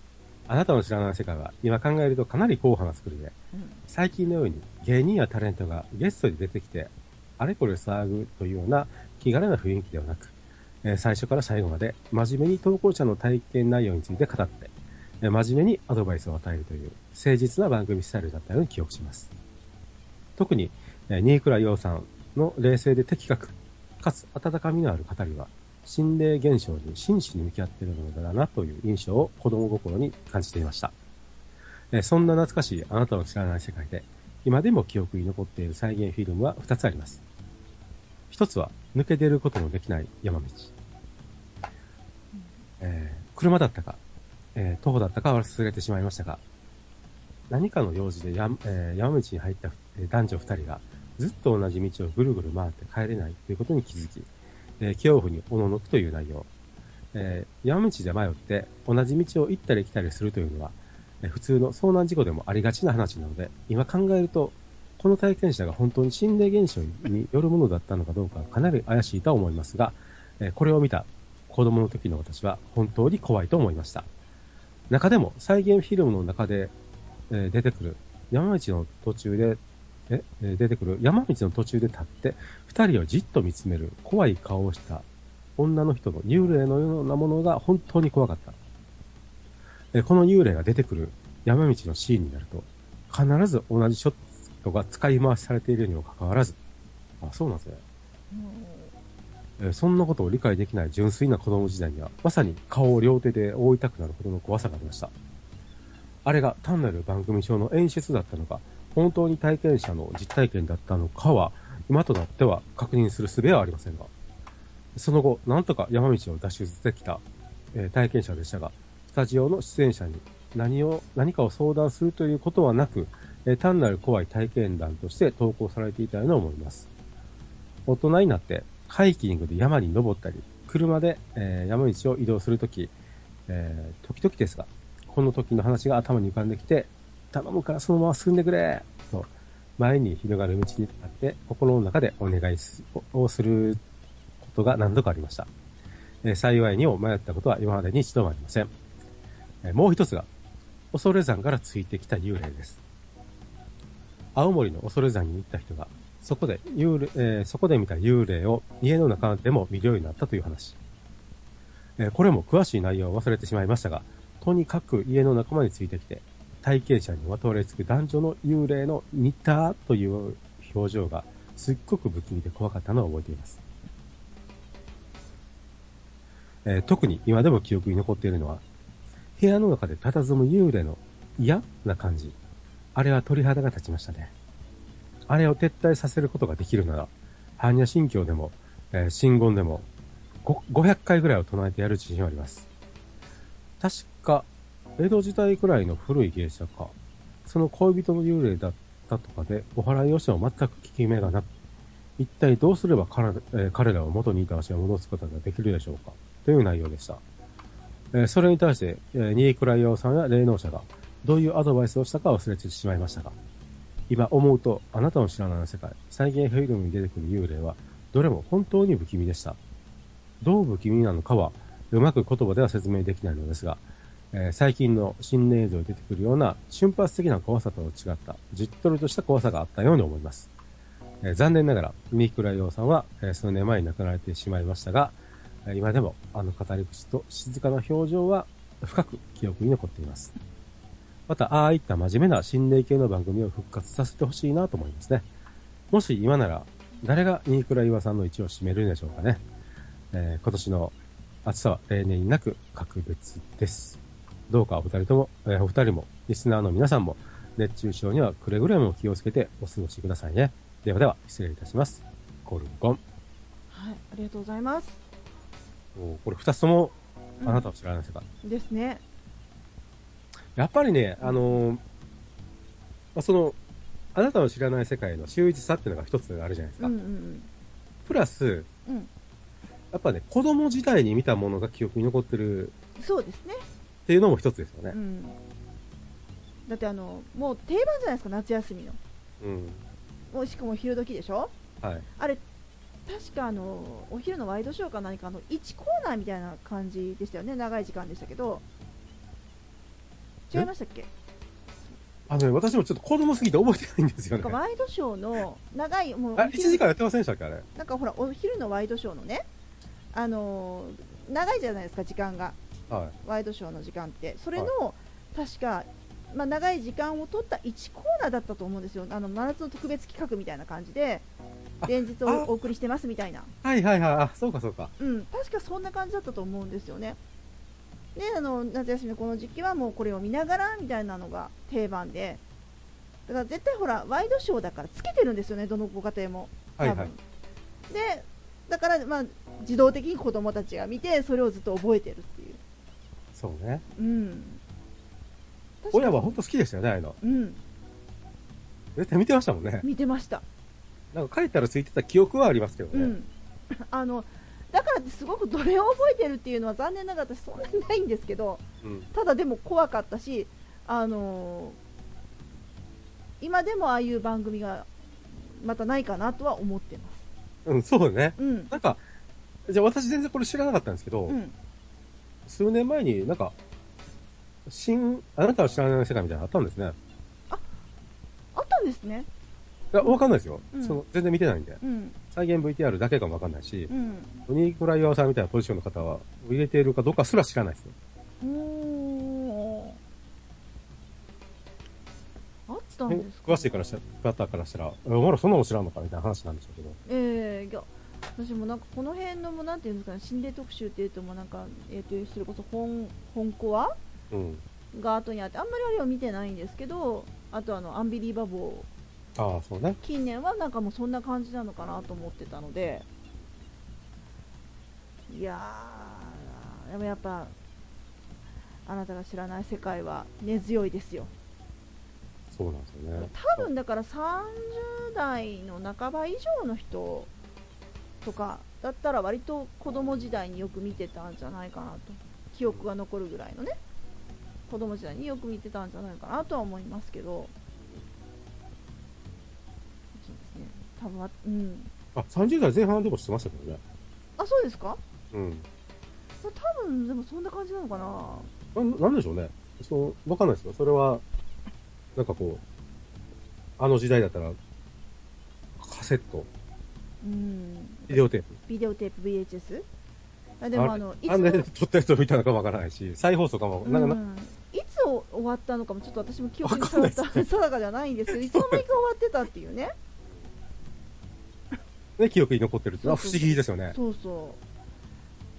あなたの知らない世界は今考えるとかなり硬派な作りで、うん最近のように芸人やタレントがゲストに出てきて、あれこれ騒ぐというような気軽な雰囲気ではなく、えー最初から最後まで真面目に投稿者の体験内容について語って、えー真面目にアドバイスを与えるという誠実な番組スタイルだったように記憶します。特に、えー新倉洋さんの冷静で的確、かつ温かみのある語りは、心霊現象に真摯に向き合っているのだなという印象を子供心に感じていました。えーそんな懐かしいあなたの知らない世界で、今でも記憶に残っている再現フィルムは2つあります。1つは、抜け出ることのできない山道。えー車だったか、えー徒歩だったかは忘れてしまいましたが、何かの用事でや、えー山道に入ったえー男女2人が、ずっと同じ道をぐるぐる回って帰れないということに気づき、えー恐怖におののくという内容。えー山道で迷って同じ道を行ったり来たりするというのは、えー普通の遭難事故でもありがちな話なので、今考えると、この体験者が本当に心霊現象によるものだったのかどうかはかなり怪しいとは思いますが、えーこれを見た子供の時の私は本当に怖いと思いました。中でも再現フィルムの中で、えー出てくる山道の途中で、ええー出てくる山道の途中で立って、二人をじっと見つめる怖い顔をした女の人の幽霊のようなものが本当に怖かった。えーこの幽霊が出てくる山道のシーンになると、必ず同じショットが使い回しされているにもかかわらず、あ、そうなんですね。もえーそんなことを理解できない純粋な子供時代には、まさに顔を両手で覆いたくなるほどの怖さがありました。あれが単なる番組上の演出だったのか、本当に体験者の実体験だったのかは、今となっては確認する術はありませんが、その後、なんとか山道を脱出できた、えー体験者でしたが、スタジオの出演者に何を、何かを相談するということはなく、えー単なる怖い体験談として投稿されていたように思います。大人になって、ハイキングで山に登ったり、車で、えー山道を移動するとき、えー時々ですが、この時の話が頭に浮かんできて、頼むからそのまま進んでくれと、前に広がる道にあって、心の中でお願いすをすることが何度かありました。えー幸いにも迷ったことは今までに一度もありません。えーもう一つが、恐山からついてきた幽霊です。青森の恐山に行った人が、そこで幽霊、えーそこで見た幽霊を家の中でも見るようになったという話。えーこれも詳しい内容は忘れてしまいましたが、とにかく家の仲間についてきて、体型者にまとわれつく男女の幽霊の似たという表情がすっごく不気味で怖かったのを覚えています。えー特に今でも記憶に残っているのは、部屋の中で佇む幽霊の嫌な感じ。あれは鳥肌が立ちましたね。あれを撤退させることができるなら、般若心経でも、えー真言でも、ご500回ぐらいを唱えてやる自信はあります。確か、江戸時代くらいの古い芸者か、その恋人の幽霊だったとかで、お祓いをしても全く効き目がなく、一体どうすれば彼,、えー彼らを元にいた足を戻すことができるでしょうかという内容でした。えーそれに対して、えー、新倉洋さんや霊能者が、どういうアドバイスをしたか忘れてしまいましたが、今思うと、あなたの知らない世界、再現フィルムに出てくる幽霊は、どれも本当に不気味でした。どう不気味なのかは、うまく言葉では説明できないのですが、えー最近の心霊映像に出てくるような瞬発的な怖さとは違った、じっとりとした怖さがあったように思います。えー残念ながら、三倉洋さんは、えー数年前に亡くなられてしまいましたが、えー今でもあの語り口と静かな表情は深く記憶に残っています。また、ああいった真面目な心霊系の番組を復活させてほしいなと思いますね。もし今なら、誰が新倉岩さんの位置を占めるんでしょうかね。えー今年の暑さは例年になく格別です。どうかお二人とも、えーお二人も、リスナーの皆さんも、熱中症にはくれぐれも気をつけてお過ごしくださいね。ではでは、失礼いたします。コルコン。はい、ありがとうございます。おーこれ二つとも、うんあなたは知らないですか、ですね。やっぱりね、あのーまあその、あなたの知らない世界の秀逸さっていうのが一つあるじゃないですうか。んうんプラス、うん。うん、やっぱね、子供時代に見たものが記憶に残ってるそうですね。っていうのも一つですよねう。ん。だってあのもう定番じゃないですか夏休みの。うん。もしくも昼時でしょ。はい。あれ確かあのお昼のワイドショーか何かの1コーナーみたいな感じでしたよね長い時間でしたけど違いましたっけあのね、私もちょっと子供すぎて覚えてないんですよなんねか。ワイドショーの長いもうあ、お1時昼間やってませんでしたっけあれ。なんかほらお昼のワイドショーのねあのー長いじゃないですか時間がはワイドショーの時間ってそれの確かまあ長い時間を取った1コーナーだったと思うんですよあの真夏の特別企画みたいな感じであ連日あ。おお送りしてますみたいないはいはいはい。あ、そうかそうか。うん、確かそんな感じだったと思うんですよね。であの夏休みのこの時期はもうこれを見ながらみたいなのが定番でだから絶対ほらワイドショーだからつけてるんですよねどのご家庭もはいはい。でだから、まあ、自動的に子供たちが見てそれをずっと覚えてるっていう、そうね。うん、確か親はほんと好きでしたよね、ああいうの。うん、絶対見てましたもんね。見てました、なんか帰ったらついてた記憶はありますけどうね。ん、 <laughs> あのだからってすごくどれを覚えてるっていうのは残念ながら私そんなにないんですけど、うんただでも怖かったし、あのー今でもああいう番組がまたないかなとは思ってます。うん、そうね。うん、なんか、じゃあ私全然これ知らなかったんですけど、うん、数年前になんか、新、あなたは知らない世界みたいなのあったんですね。あったんですね。いや、わかんないですよ。うんその、全然見てないんで。うん、再現 VTR だけかもわかんないしう、ん、鬼倉岩尾さんみたいなポジションの方は、入れているかどうかすら知らないですよ。おーあったんねですか。詳しいからした、バッターからしたら、お前らそんなの知らんのかみたいな話なんでしょうけど。ええいや私もなんかこの辺のもうなんていうんですかね心霊特集っていうともうなんか、えー、とそれこそ本本コアうん。が後にあってあんまりあれは見てないんですけどあとあのアンビリーバボーああ、そうね。近年はなんかもうそんな感じなのかなと思ってたのでいやーでもやっぱあなたが知らない世界は根強いですよそうなんですよね。多分だから30代の半ば以上の人とかだったら割と子供時代によく見てたんじゃないかなと記憶が残るぐらいのね子供時代によく見てたんじゃないかなとは思いますけどそうですね多分わうんあ、30代前半でもしてましたけどね。あそうですかうん。多分でもそんな感じなのかななんなんでしょうね。そう、わかんないですよ。それは、なんかこう、あの時代だったら、カセット、うんビデオテープ。ビデオテープ VHS あでもあのいつあんなで撮ったやつを見たのかもわからないし、再放送かも、なんかな、いつ終わったのかもちょっと私も記憶にわかんない定でかす <laughs> 定かじゃないんですけどいつの間にか終わってたっていうねね、記憶に残ってるっていうのは不そう思そう議ですよね。そうそ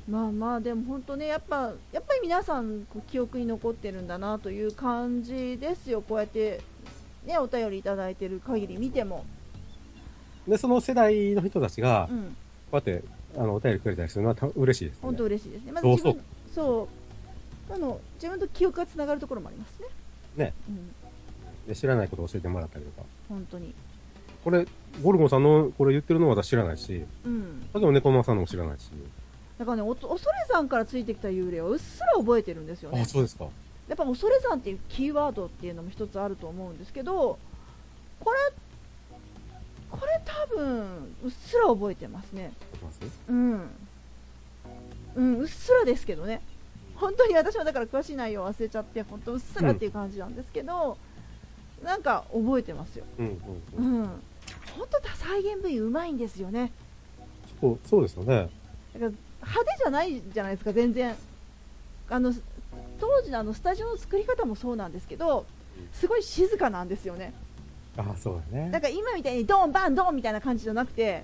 うまあまあでも本当ねやっぱやっぱり皆さんこう記憶に残ってるんだなという感じですよこうやってねお便りいただいてる限り見ても、で、その世代の人たちがう、ん、こうやって、あの、お便りくれたりするのはた嬉しいです本ね当。嬉しいですねまずそう自そう分そうあの自分と記憶がつながるところもありますねねうん、で知らないことを教えてもらったりとか。本当にこれ、ゴルゴンさんのこれ言ってるのは私知らないし、うんさっきの猫マさんのも知らないし。だからねおと恐れ山からついてきた幽霊をうっすら覚えてるんですよねあ、そうですか。やっぱ恐れ山っていうキーワードっていうのも一つあると思うんですけどこれこれ多分うっすら覚えてますねうん、うん、うっすらですけどね本当に私はだから詳しい内容忘れちゃって本当うっすらっていう感じなんですけど、なんか覚えてますようんうんううん。ん本当だ再現部位うまいんですよねそう、そうですよね。だから派手じゃないじゃないですか全然あの当時のあのスタジオの作り方もそうなんですけどすごい静かなんですよねあ、そうだなねん。か今みたいにドンバンドンみたいな感じじゃなくて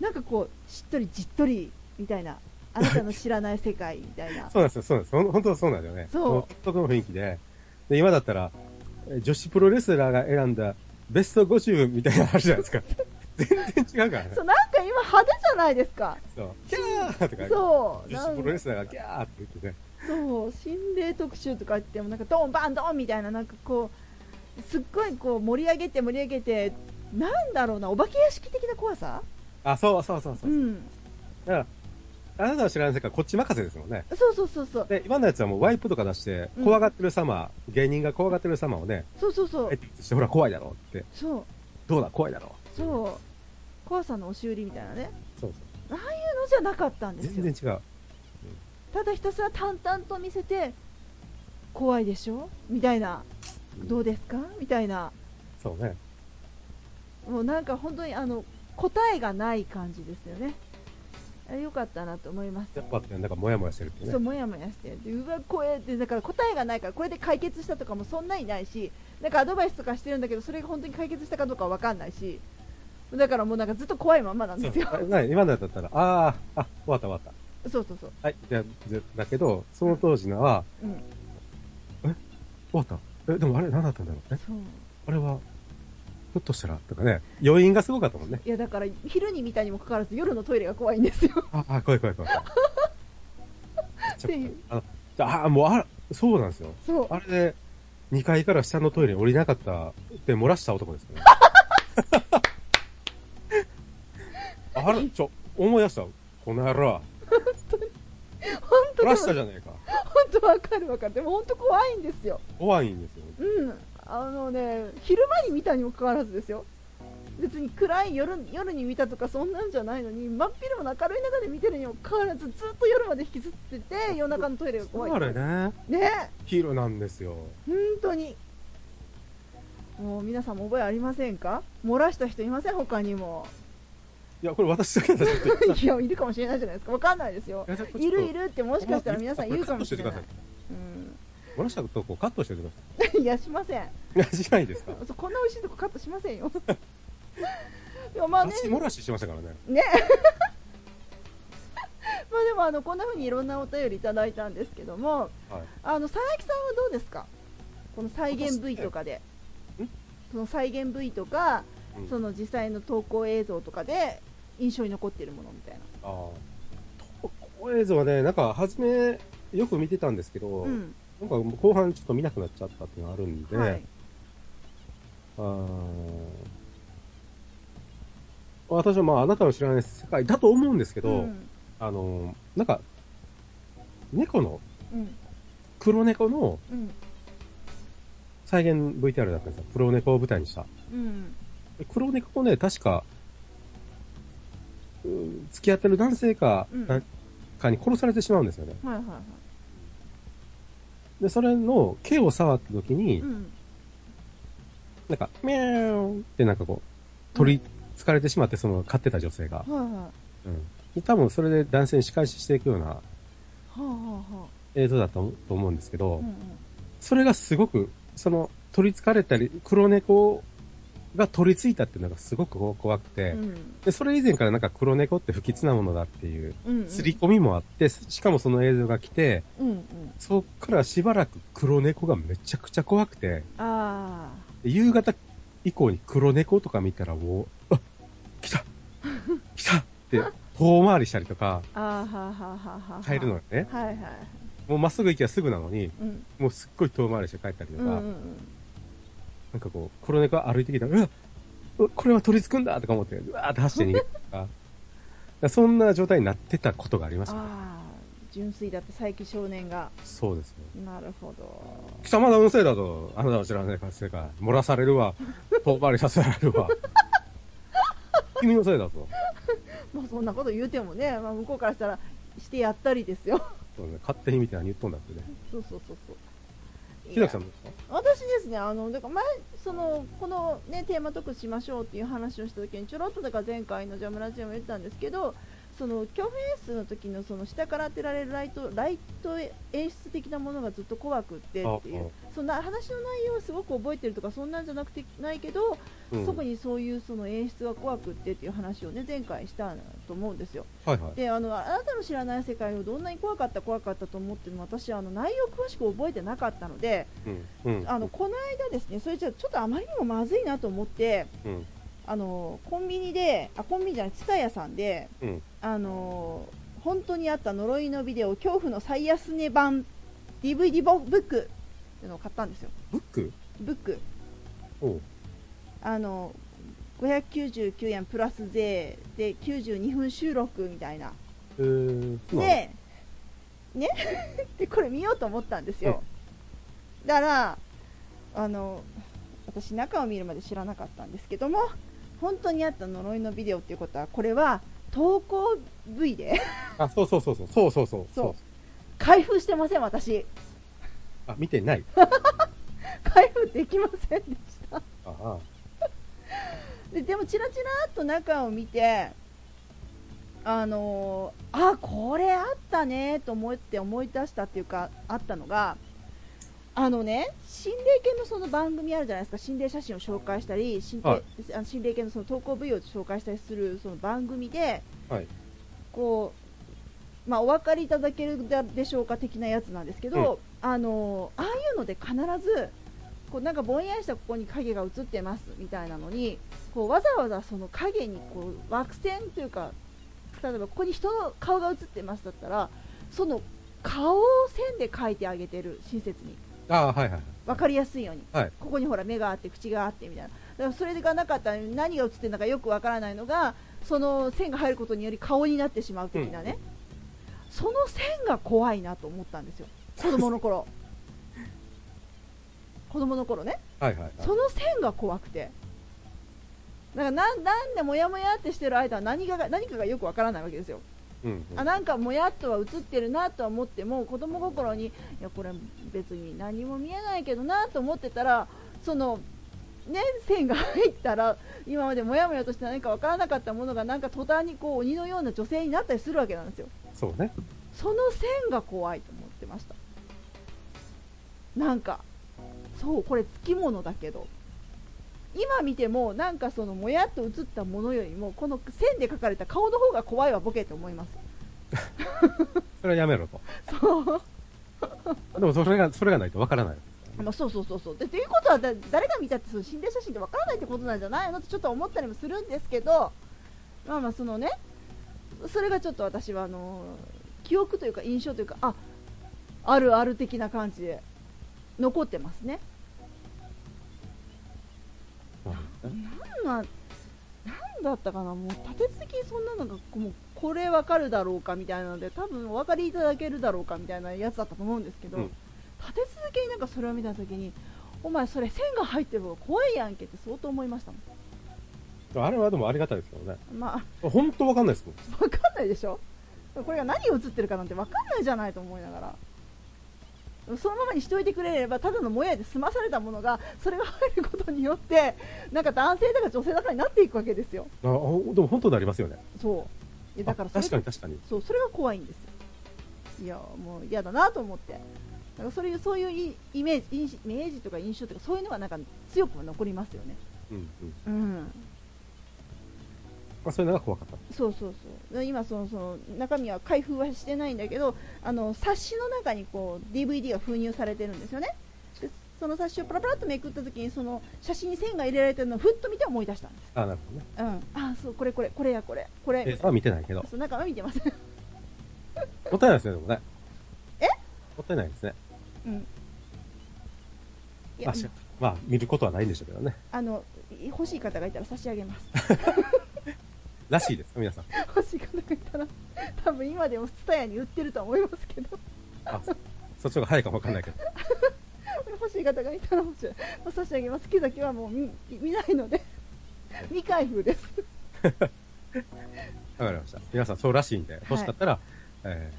なんかこうしっとりじっとりみたいなあなたの知らない世界みたい <laughs> なそうなんですよ、そうなんですよ。ほん本当はそうなんだよね。そうこの独特の雰囲気で。で、今だったら、え女子プロレスラーが選んだベスト50みたいな話じゃないですか。 <laughs> 全然違うからねそ。うなんか今派手じゃないですかそう。キャーとか、そうな女子んプロレスラーがキャーって言ってね。そう心霊特集とか言ってもなんかドンバンドンみたいななんかこうすっごいこう盛り上げて盛り上げてなんだろうなお化け屋敷的な怖さあ、そうそうそうそうう。んだから、あなたの知らない世界こっち任せですもんね。そうそうそうそうで、今のやつはもうワイプとか出してう、ん怖がってる様、芸人が怖がってる様をね、そうそうそうえして、ほら怖いだろうって、そうどうだ怖いだろう。う。そう怖さの押し売りみたいなねそうそういうのじゃなかったんです全よ然違う。ただひたすら淡々と見せて怖いでしょみたいなどうですかみたいなそうね。もうなんか本当にあの答えがない感じですよねあれ良かったなと思いますやっぱって、なんかモヤモヤしてるってそうね。もやもやしてでうわ怖えってだから答えがないからこれで解決したとかもそんなにないしなんかアドバイスとかしてるんだけどそれが本当に解決したかどうかわかんないしだからもうなんかずっと怖いまんまなんですよそうな今のやつだったら、ああ、あ、終わった終わった。 <laughs> そうそうそうはい、じゃあじゃあだけど、その当時のは、うん終わった。え、でもあれ何だったんだろうね。そうあれは、ひょっとしたら、とかね、余韻がすごかったもんね。いやだから昼に見たにもかかわらず夜のトイレが怖いんですよああ、怖い怖い怖 <laughs> い。ちょていうあの、ああ、もうあら、そうなんですよ。そうあれで、2階から下のトイレに降りなかったって漏らした男ですね。 <laughs> あら、ちょ、思い出した。この野郎。本当漏にらしたじゃねえか。本当わかるわかるでも本当怖いんですよ怖いんですよ。うんあのね昼間に見たにもかかわらずですよ別に暗い夜夜に見たとかそんなんじゃないのに真っ昼も明るい中で見てるにもかかわらずずっと夜まで引きずってて夜中のトイレが怖いあれね、ねヒーローなんですよ。本当にもう皆さんも覚えありませんか漏らした人いません他にもいや、これ私だけだと言って。 <laughs> いやいるかもしれないじゃないですかわかんないですよいるいるってもしかしたら皆さん言うかもしれないこれカットうん漏らしたとこカットしておいてくださいやしませんい。<laughs> いや、しないですか <laughs> そうこんな美味しいとこカットしませんよでもまあね立ち漏らししてましたからね。ねまあでもあのこんな風にいろんなお便りいただいたんですけどもはい。あの佐伯さんはどうですかこの再現部位とかでんその再現部位とかうんその実際の投稿映像とかで印象に残ってるものみたいなああ。投稿映像はね、なんか、初め、よく見てたんですけど、うんなんか後半ちょっと見なくなっちゃったっていうのがあるんで、はいあー私はまああなたの知らない世界だと思うんですけど、うんあの、なんか、猫の、うん黒猫のうん再現 VTR だったんですよ。黒猫を舞台にした。うんで黒猫もね、確か、うん付き合ってる男性か、うんなんかに殺されてしまうんですよね。はいはいはで、それの毛を触った時に、いうんなんか、ミャーンってなんかこう、取りつかれてしまって、その飼ってた女性が。はいはいはうん。多分それで男性に仕返ししていくようなあはあは映像だったと思うんですけあど、うんうんそれがすごく、その、取りつかれたり、黒猫が取りついたっていうのがすごくこう怖くて、うんで、それ以前からなんか黒猫って不吉なものだっていう、うんうん刷り込みもあって、しかもその映像が来て、うんうんそっからしばらく黒猫がめちゃくちゃ怖くて、ああで夕方以降に黒猫とか見たらもう、あ来た来たって遠回りしたりとか、ああはあはあはあはあ帰るのがね、はいはいもうまっすぐ行きゃすぐなのに、うんもうすっごい遠回りして帰ったりとか、うんうんうんなんかこう、黒猫が歩いてきたら、うわうわこれは取り付くんだとか思って、うわーって走って逃げたりとかだからそんな状態になってたことがありましたね。ああ純粋だった佐伯少年がそうですね。なるほど貴様の運勢だと、あなたは知らないかせいか、漏らされる <laughs> わ、遠回りさせられるわ。君のせいだぞ。まあそんなこと言うてもね、まあ、向こうからしたらしてやったりですよそうね、勝手にみたいな言っとんだってね。 <laughs> そうそうそうそうひなきさんいどうですかや私ですねあのだから前そのこの、ね、テーマトークしましょうっていう話をした時にちょろっとだから前回のジャムラジオも言ったんですけどその巨フェンスの時のその下から当てられるライトライト演出的なものがずっと怖くってっていああうそんな話の内容をすごく覚えてるとかそんなんじゃなくてないけどうん特にそういうその演出が怖くってっていう話をね前回したと思うんですよ。はいはい。であのあなたの知らない世界をどんなに怖かった怖かったと思っても私あの内容詳しく覚えてなかったのでうん。うん。あのこの間ですねそれじゃちょっとあまりにもまずいなと思ってうん。あのコンビニであコンビニじゃない蔦屋さんでうん。あの本当にあった呪いのビデオ恐怖の最安値版 DVD ボブックっていうのを買ったんですよブックブックおう。あの599円プラス税で92分収録みたいなえー、そうなので、ね、 <laughs> でこれ見ようと思ったんですよ。だから、あの、私中を見るまで知らなかったんですけども、本当にあった呪いのビデオっていうことは、これは投稿部位で <laughs> あ、そうそうそうそう。そうそうそう。そう開封してません、私。あ、見て <laughs> ない。開封できませんでした。ああ。ででも、ちらちらっと中を見て、あのあこれあったねと思って思い出したっていうかあったのがあのね心霊系のその番組あるじゃないですか心霊写真を紹介したり心霊,、はいあの心霊系のその投稿部位を紹介したりするその番組で、はいこうまあ、お分かりいただけるでしょうか的なやつなんですけど、あのああいうので必ずこうなんかぼんやりしたここに影が映ってますみたいなのにこうわざわざその影にこう枠線というか例えばここに人の顔が映ってますだったらその顔を線で描いてあげてる親切にああ、はいはい。分かりやすいように、はいここにほら目があって口があってみたいなだからそれがなかったら何が映ってるのかよくわからないのがその線が入ることにより顔になってしまう的なね、その線が怖いなと思ったんですよ子供の頃子供の頃ねはいはいはい。その線が怖くて。だからなんなんでもやもやってしてる間は何かが何かがよくわからないわけですよ、うん。あなんかもやっとは映ってるなとは思っても子供心にいやこれ別に何も見えないけどなと思ってたらその、ね、線が入ったら今までもやもやとして何かわからなかったものがなんか途端にこう鬼のような女性になったりするわけなんですよそうね。その線が怖いと思ってましたなんかそうこれつきものだけど今見てもなんかそのもやっと映ったものよりもこの線で描かれた顔の方が怖いわボケと思いますそれはやめろと。そうでもそれが、それがないとわからない。まあ、そうそうそうそうでということはだ誰が見たってその心霊写真ってわからないってことなんじゃないのってちょっと思ったりもするんですけどまあまあそのねそれがちょっと私はあの記憶というか印象というかああるある的な感じで残ってますねなんななんだったかなもう立て続けにそんなのがこうもうこれわかるだろうかみたいなので多分お分かりいただけるだろうかみたいなやつだったと思うんですけど、うん立て続けになんかそれを見た時にお前それ線が入ってる方が怖いやんけって相当思いましたもあれはでもありがたいですけどね。んまあ本当わかんないですもん。分かんないでしょこれが何を映ってるかなんて分かんないじゃないと思いながらでもそのままにしておいてくれればただのもやで済まされたものがそれが入ることによってなんか男性だか女性だかになっていくわけですよあおでも本当になりますよね。そういやだからあそれ確かに確かに。そうそれが怖いんですよいやもう嫌だなと思ってなんかそれそういうイイメージインシイメージとか印象とかそういうのがなんか強くは残りますよねうんうん。うんまあそういうのが怖かった。そうそうそうで今そのその中身は開封はしてないんだけどあの冊子の中にこう DVD が封入されてるんですよねでその冊子をパラパラっとめくった時にその写真に線が入れられてるのをふっと見て思い出したんです、あなるほどね。うん、ああそうこれこれこれやこれこれえー、あ見てないけど。そう中は見てません、もったいないですね、でもね。えもったいないですね。うん、いまあ、しまあ、見ることはないんでしょうけどね。あのい欲しい方がいたら差し上げます <laughs> らしいです、皆さん。欲しい方がいたら多分今でも蔦屋に売ってるとは思いますけどあそそっちの方が早いかもわかんないけど。欲しい方がいたら欲しい、まあ、差し上げます木崎はもう見 <laughs> 見ないので未開封ですわかりました。皆さんそうらしいんで、欲しかったら、え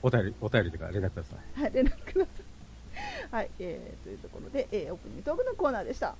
ー、お便り、お便りというか連絡ください。はい連絡くださいはい、えー、というところで、えーオープニングトークのコーナーでした